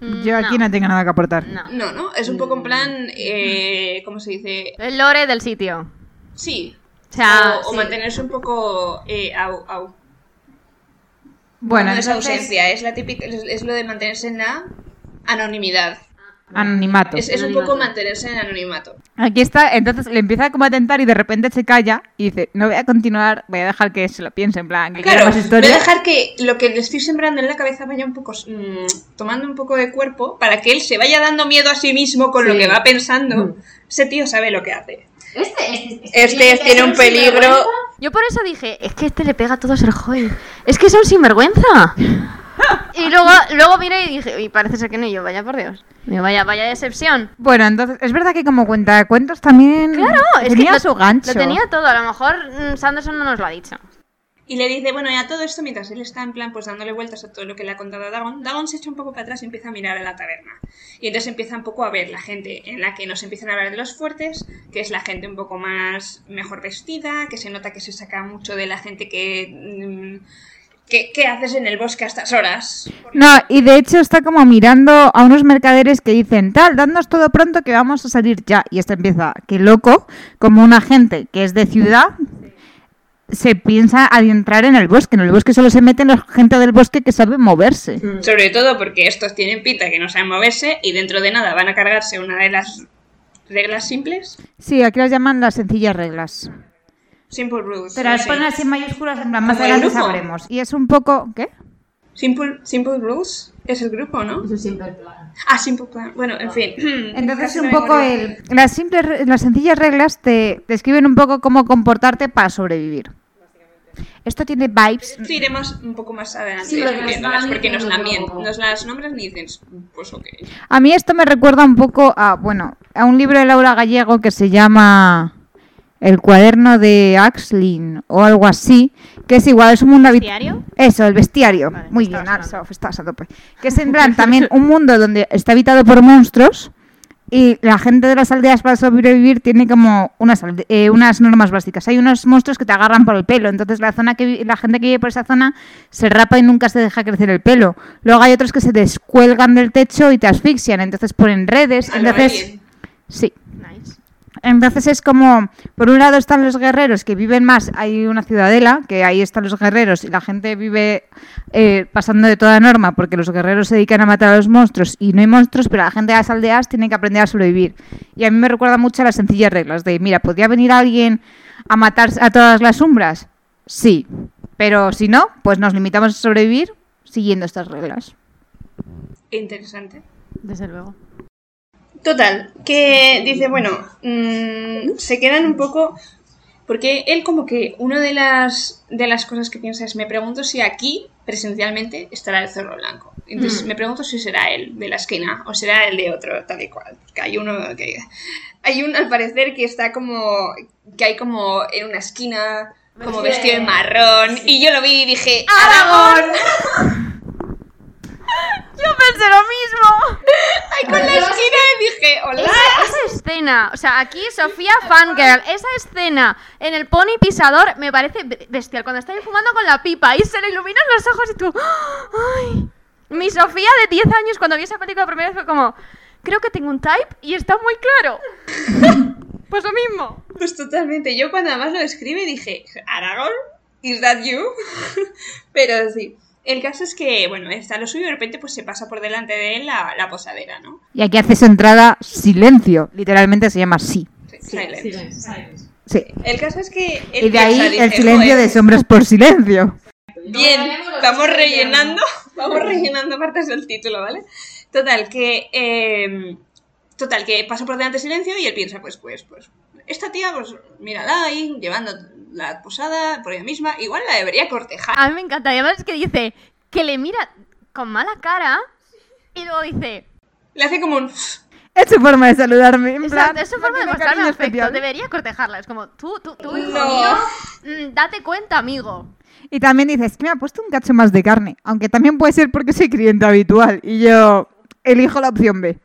Speaker 1: Mm,
Speaker 2: Yo aquí no, tengo nada que aportar.
Speaker 1: No.
Speaker 3: No, ¿no? Es un poco en plan, eh, ¿cómo se dice?
Speaker 1: El lore del sitio.
Speaker 3: Sí.
Speaker 1: O sea,
Speaker 3: o, o
Speaker 1: sí.
Speaker 3: mantenerse un poco... eh, au, au.
Speaker 2: Bueno,
Speaker 3: no es
Speaker 2: entonces,
Speaker 3: ausencia, es la típica, es, es lo de mantenerse en la anonimidad.
Speaker 2: anonimato.
Speaker 3: Es, es un
Speaker 1: Anonimato.
Speaker 3: poco mantenerse en anonimato.
Speaker 2: Aquí está, entonces le empieza como a tentar y de repente se calla y dice, no voy a continuar, voy a dejar que se lo piense, en plan, que quiera
Speaker 3: Claro,
Speaker 2: más
Speaker 3: voy a
Speaker 2: historia.
Speaker 3: dejar que lo que le estoy sembrando en la cabeza vaya un poco mm, tomando un poco de cuerpo para que él se vaya dando miedo a sí mismo con lo que va pensando.
Speaker 2: Mm.
Speaker 3: Ese tío sabe lo que hace. Este, tiene un peligro.
Speaker 1: Yo por eso dije, es que este le pega a todo ser joy. Es que es un sinvergüenza. y luego, luego miré y dije, y parece ser que no, y yo, vaya por Dios. Digo, vaya, vaya decepción.
Speaker 2: Bueno, entonces, es verdad que como cuenta cuentos también
Speaker 1: Claro, es
Speaker 2: tenía
Speaker 1: que lo-
Speaker 2: su gancho.
Speaker 1: Lo tenía todo, a lo mejor mm, Sanderson no nos lo ha dicho.
Speaker 3: Y le dice, bueno, y a todo esto, mientras él está en plan, pues dándole vueltas a todo lo que le ha contado a Dagon, Dagon se echa un poco para atrás y empieza a mirar a la taberna. Y entonces empieza un poco a ver la gente, en la que nos empiezan a hablar de los fuertes, que es la gente un poco más mejor vestida, que se nota que se saca mucho de la gente que... mm, que ¿Qué haces en el bosque a estas horas?
Speaker 2: No, y de hecho está como mirando a unos mercaderes que dicen, tal, dadnos todo pronto que vamos a salir ya. Y este empieza, que loco, como una gente que es de ciudad, se piensa adentrar en el bosque. En el bosque solo se meten la gente del bosque que sabe moverse.
Speaker 3: Sobre todo porque estos tienen pinta que no saben moverse y dentro de nada van a cargarse una de las reglas simples.
Speaker 2: Sí, aquí las llaman las sencillas reglas.
Speaker 3: Simple rules.
Speaker 2: Pero
Speaker 3: no
Speaker 2: las
Speaker 3: sé.
Speaker 2: ponen así en mayúsculas, en plan, más
Speaker 3: Como el
Speaker 2: adelante
Speaker 3: grupo.
Speaker 2: sabremos. Y es un poco, ¿qué?
Speaker 3: Simple, Simple Blues es el grupo, ¿no?
Speaker 4: Eso es siempre el plan.
Speaker 3: Ah, Simple Plan. Bueno, en fin.
Speaker 2: Entonces
Speaker 3: Casi
Speaker 2: un
Speaker 3: me
Speaker 2: poco
Speaker 3: acuerdo.
Speaker 2: el, las simples, re- las sencillas reglas te, te escriben un poco cómo comportarte para sobrevivir. Esto tiene vibes.
Speaker 3: Esto iremos un poco más adelante
Speaker 4: Sí, porque nos
Speaker 3: descubriéndolas,
Speaker 4: van
Speaker 3: porque nos,
Speaker 4: diciendo
Speaker 3: la mien-
Speaker 4: luego.
Speaker 3: nos las nombran y dices, pues ok.
Speaker 2: A mí esto me recuerda un poco a, bueno, a un libro de Laura Gallego que se llama El cuaderno de Axlin o algo así, que es igual, es un mundo habit-
Speaker 1: ¿Diario?
Speaker 2: Eso, el bestiario.
Speaker 1: Vale,
Speaker 2: Muy
Speaker 1: estaba
Speaker 2: bien,
Speaker 1: sonando.
Speaker 2: Arsof, estás a tope. Que es en plan también un mundo donde está habitado por monstruos y la gente de las aldeas para sobrevivir tiene como unas, alde- eh, unas normas básicas. Hay unos monstruos que te agarran por el pelo, entonces la, zona que vi- la gente que vive por esa zona se rapa y nunca se deja crecer el pelo. Luego hay otros que se descuelgan del techo y te asfixian, entonces ponen redes.
Speaker 3: A Ah, lo
Speaker 2: Entonces,
Speaker 3: Alien.
Speaker 2: sí.
Speaker 1: Nice.
Speaker 2: Entonces es como, por un lado están los guerreros que viven más, hay una ciudadela, que ahí están los guerreros y la gente vive eh, pasando de toda norma porque los guerreros se dedican a matar a los monstruos y no hay monstruos, pero la gente de las aldeas tiene que aprender a sobrevivir. Y a mí me recuerda mucho a las sencillas reglas de, mira, ¿podría venir alguien a matar a todas las umbras? Sí, pero si no, pues nos limitamos a sobrevivir siguiendo estas reglas.
Speaker 3: Interesante.
Speaker 1: Desde luego.
Speaker 3: Total, que dice, bueno, mm, se quedan un poco... Porque él como que una de las, de las cosas que piensa es, me pregunto si aquí presencialmente estará el zorro blanco. Entonces
Speaker 4: Mm.
Speaker 3: me pregunto si será él de la esquina o será el de otro, tal y cual. Porque hay uno que... Hay uno al parecer que está como... que hay como en una esquina, como
Speaker 4: Sí.
Speaker 3: vestido en marrón. Y yo lo vi y dije,
Speaker 2: ¡Aragón! Yo pensé lo mismo.
Speaker 3: ¡ay, con la esquina! Y dije, hola.
Speaker 1: Esa, esa escena, o sea, aquí Sofía Fangirl, esa escena en el pony pisador me parece be- bestial. Cuando está ahí fumando con la pipa y se le iluminan los ojos y tú. ¡Ay! Mi Sofía de 10 años, cuando vi esa película por primera vez, fue como. Creo que tengo un type y está muy claro. pues lo mismo.
Speaker 3: Pues totalmente. Yo cuando además lo escribe dije, Aragorn, is that you? Pero sí. El caso es que, bueno, está lo suyo y de repente pues se pasa por delante de él la, la posadera, ¿no?
Speaker 2: Y aquí hace su entrada silencio. Literalmente se llama sí.
Speaker 3: Silent.
Speaker 4: silence.
Speaker 2: Sí.
Speaker 3: El caso es que... él
Speaker 2: Y de
Speaker 3: piensa,
Speaker 2: ahí
Speaker 3: dice,
Speaker 2: el silencio
Speaker 3: "Joder,
Speaker 2: de sombras por silencio.
Speaker 3: Bien,
Speaker 4: Ahora haremos los
Speaker 3: vamos
Speaker 4: chistes de
Speaker 3: rellenando, vamos rellenando partes del título, ¿vale? Total, que eh, total, que pasa por delante silencio y él piensa, pues, pues, pues, esta tía, pues, mírala ahí, llevando la posada por ella misma, igual la debería cortejar.
Speaker 1: A mí me encanta. Y además es que dice que le mira con mala cara y luego dice.
Speaker 3: Le hace como un
Speaker 2: Es su forma de saludarme. en
Speaker 1: Exacto,
Speaker 2: plan,
Speaker 1: es su
Speaker 2: no
Speaker 1: forma de
Speaker 2: tiene
Speaker 1: mostrarme
Speaker 2: cariño
Speaker 1: afecto.
Speaker 2: especial.
Speaker 1: Debería cortejarla. Es como, tú, tú, tú, hijo
Speaker 3: No.
Speaker 1: mío, mm, date cuenta, amigo.
Speaker 2: Y también dices, que me ha puesto un cacho más de carne. Aunque también puede ser porque soy cliente habitual. Y yo elijo la opción B.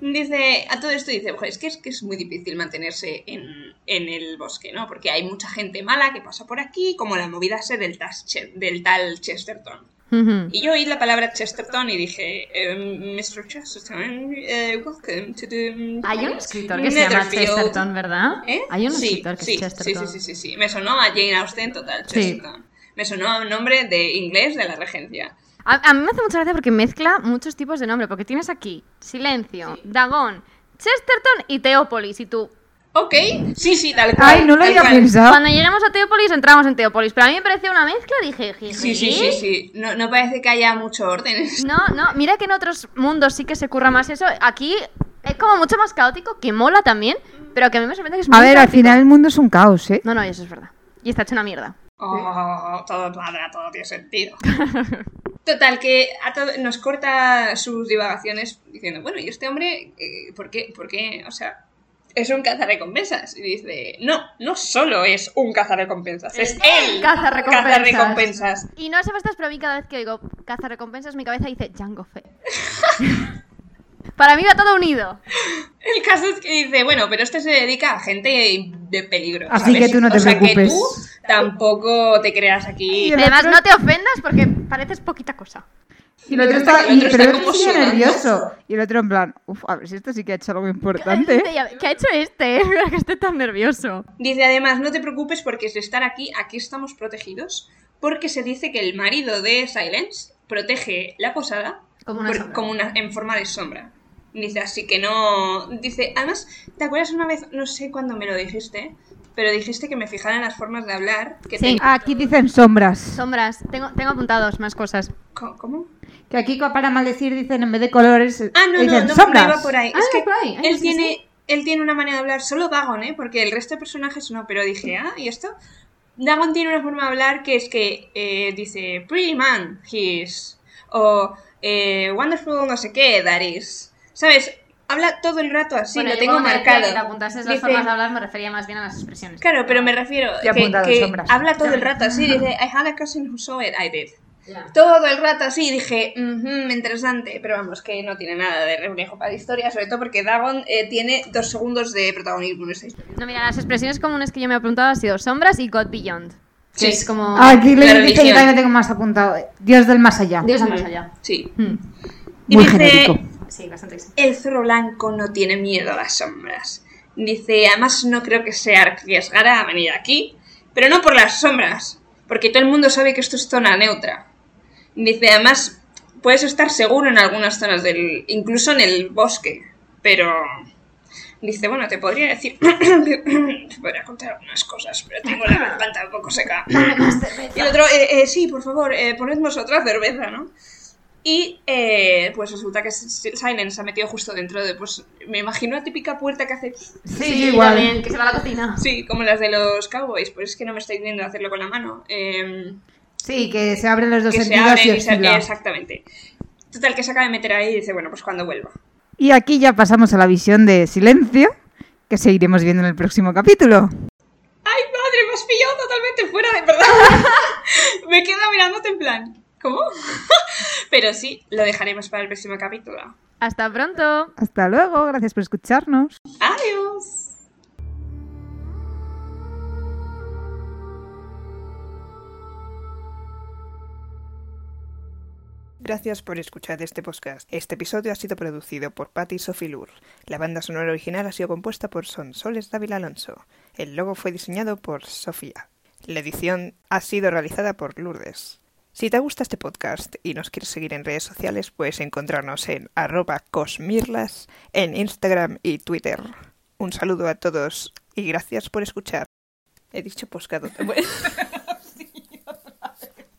Speaker 3: Dice, a todo esto dice, "Ojo, es que es que es muy difícil mantenerse en, en el bosque, ¿no? Porque hay mucha gente mala que pasa por aquí, como la movida ese del, tas- che- del tal Chesterton. Y yo oí la palabra Chesterton y dije, "Em, Mr. Chesterton, eh, welcome to the...
Speaker 1: Hay un escritor que se llama
Speaker 3: Netherfield".
Speaker 1: Chesterton, ¿verdad?
Speaker 3: ¿Eh?
Speaker 1: Hay un
Speaker 3: Sí,
Speaker 1: escritor que
Speaker 3: sí,
Speaker 1: es Chesterton.
Speaker 3: Sí, sí, sí, sí, sí. Me sonó a Jane Austen total, Chesterton. Me sonó a un nombre de inglés de la regencia.
Speaker 1: A, a mí me hace mucha gracia porque mezcla muchos tipos de nombre, porque tienes aquí Silencio, Dagón, Chesterton y Teópolis. Y tú,
Speaker 3: Ok, sí, sí, tal cual.
Speaker 2: Ay, no lo
Speaker 3: tal
Speaker 2: había
Speaker 3: cual.
Speaker 2: pensado.
Speaker 1: cuando llegamos a Teópolis, entramos en Teópolis. Pero a mí me pareció una mezcla, dije, "Jiji".
Speaker 3: Sí, sí, sí, sí. No, no parece que haya mucho orden.
Speaker 1: No, no, mira que en otros mundos sí que se curra más eso. Aquí es como mucho más caótico, que mola también, pero que a mí me sorprende que es muy
Speaker 2: A ver, al
Speaker 1: caótico.
Speaker 2: final el mundo es un caos, ¿eh?
Speaker 1: No, no, eso es verdad. Y está hecho una mierda.
Speaker 3: Oh, todo cuadra, todo tiene sentido. Total, que a to- nos corta sus divagaciones diciendo, bueno, ¿y este hombre eh, por, qué, por qué? O sea, es un cazarrecompensas. Y dice, no, no solo es un cazarrecompensas, es él
Speaker 1: cazarrecompensas.
Speaker 3: cazarrecompensas.
Speaker 1: Y no sé vosotros, pero a mí cada vez que oigo caza recompensas, mi cabeza dice Django Fett. Para mí va todo unido.
Speaker 3: El caso es que dice, bueno, pero este se dedica a gente de peligro.
Speaker 2: Así
Speaker 3: ¿sabes?
Speaker 2: que tú no te
Speaker 3: o sea, que
Speaker 2: preocupes.
Speaker 3: tú tampoco te creas aquí.
Speaker 2: Y el
Speaker 1: Además,
Speaker 2: otro-
Speaker 1: no te ofendas porque pareces poquita cosa.
Speaker 2: Y el otro
Speaker 3: está-
Speaker 2: está,
Speaker 3: el
Speaker 2: y-
Speaker 3: otro
Speaker 2: pero el
Speaker 3: está
Speaker 2: otro
Speaker 3: como
Speaker 2: sigue
Speaker 3: sudando.
Speaker 2: nervioso. Y el otro en plan, uff, a ver si esto sí que ha hecho algo importante. ¿eh?".
Speaker 1: ¿Qué ha hecho este? Mira que esté tan nervioso.
Speaker 3: Dice además, no te preocupes porque de estar aquí, aquí estamos protegidos, porque se dice que el marido de Silence protege la posada
Speaker 1: Como una
Speaker 3: por-
Speaker 1: sombra.
Speaker 3: como una- en forma de sombra. Dice, así que no... Dice, además, ¿te acuerdas una vez, no sé cuándo me lo dijiste, pero dijiste que me fijara en las formas de hablar. Que
Speaker 1: Sí. Ah.
Speaker 3: tengo-
Speaker 2: Aquí dicen sombras.
Speaker 1: Sombras, tengo, tengo apuntados más cosas.
Speaker 3: Co- ¿Cómo?
Speaker 2: Que aquí para maldecir dicen en vez de colores.
Speaker 3: Ah, no, no,
Speaker 2: dicen
Speaker 3: no, no
Speaker 2: sombras.
Speaker 3: iba por ahí.
Speaker 1: Ah,
Speaker 3: es que
Speaker 1: no, por ahí. Ah,
Speaker 3: él
Speaker 1: sí,
Speaker 3: tiene, él tiene una manera de hablar, solo Dagon, ¿eh? Porque el resto de personajes no, pero dije, ah, ¿y esto? Dagon tiene una forma de hablar que es que eh, dice, pretty man, he is. O eh, wonderful no sé qué, that is. ¿Sabes? Habla todo el rato así,
Speaker 1: Bueno,
Speaker 3: lo
Speaker 1: yo
Speaker 3: tengo
Speaker 1: cuando te decía Que
Speaker 3: marcado.
Speaker 1: te apuntases las
Speaker 3: Dice-
Speaker 1: formas de hablar, me refería más bien a las expresiones.
Speaker 3: Claro, pero me refiero
Speaker 2: Ya
Speaker 3: que,
Speaker 2: apuntado,
Speaker 3: que
Speaker 2: sombras.
Speaker 3: habla todo el rato así, dice, I had a cousin who saw it, I did. Todo el rato así, dije, "Ujú, interesante, pero vamos, que no tiene nada de reflejo para la historia, sobre todo porque Dagon eh, tiene dos segundos de protagonismo en esta historia.
Speaker 1: No, mira, las expresiones comunes que yo me he apuntado han sido sombras y God Beyond. que
Speaker 3: Sí.
Speaker 1: es como.
Speaker 2: Ah, Aquí le
Speaker 3: La
Speaker 2: dije que yo
Speaker 3: religión.
Speaker 2: también tengo más apuntado. Dios del más allá.
Speaker 1: Dios al más allá.
Speaker 3: Sí.
Speaker 1: Mm.
Speaker 2: Hmm.
Speaker 3: Y
Speaker 2: Muy
Speaker 3: dice,
Speaker 2: genérico.
Speaker 1: Sí, bastante extra.
Speaker 3: el zorro blanco no tiene miedo a las sombras. Dice, además no creo que se arriesgara a venir aquí, pero no por las sombras, porque todo el mundo sabe que esto es zona neutra. Dice, además puedes estar seguro en algunas zonas del, incluso en el bosque, pero dice, bueno, te podría decir, te podría contar algunas cosas, pero tengo la garganta un poco seca. Y el otro, "Eh, eh, sí, por favor, eh, ponednos otra cerveza, ¿no? Y eh, pues resulta que Silent se ha metido justo dentro de, pues me imagino la típica puerta que hace,
Speaker 1: Sí,
Speaker 2: igual.
Speaker 1: también, que se va a la
Speaker 2: Ah.
Speaker 1: cocina.
Speaker 3: sí, como las de los cowboys, pues es que no me estáis viendo hacerlo con la mano. em,
Speaker 2: Sí, que se abren los dos
Speaker 3: que se
Speaker 2: sentidos
Speaker 3: abre
Speaker 2: y
Speaker 3: y se-
Speaker 2: oscila.
Speaker 3: exactamente. Total, que se acaba de meter ahí y dice, bueno, pues cuando vuelva.
Speaker 2: Y aquí ya pasamos a la visión de silencio, que seguiremos viendo en el próximo capítulo.
Speaker 3: ¡Ay, madre! Me has pillado totalmente fuera de verdad. me he quedado mirándote en plan, ¿cómo? Pero sí, lo dejaremos para el próximo capítulo.
Speaker 1: Hasta pronto.
Speaker 2: Hasta luego, gracias por escucharnos.
Speaker 3: ¡Adiós!
Speaker 4: Gracias por escuchar este podcast. Este episodio ha sido producido por Patty Sophie Lur. La banda sonora original ha sido compuesta por Sonsoles Dávila Alonso. El logo fue diseñado por Sofía. La edición ha sido realizada por Lourdes. Si te gusta este podcast y nos quieres seguir en redes sociales, puedes encontrarnos en arroba cosmirlas en Instagram y Twitter. Un saludo a todos y gracias por escuchar. He dicho poscado.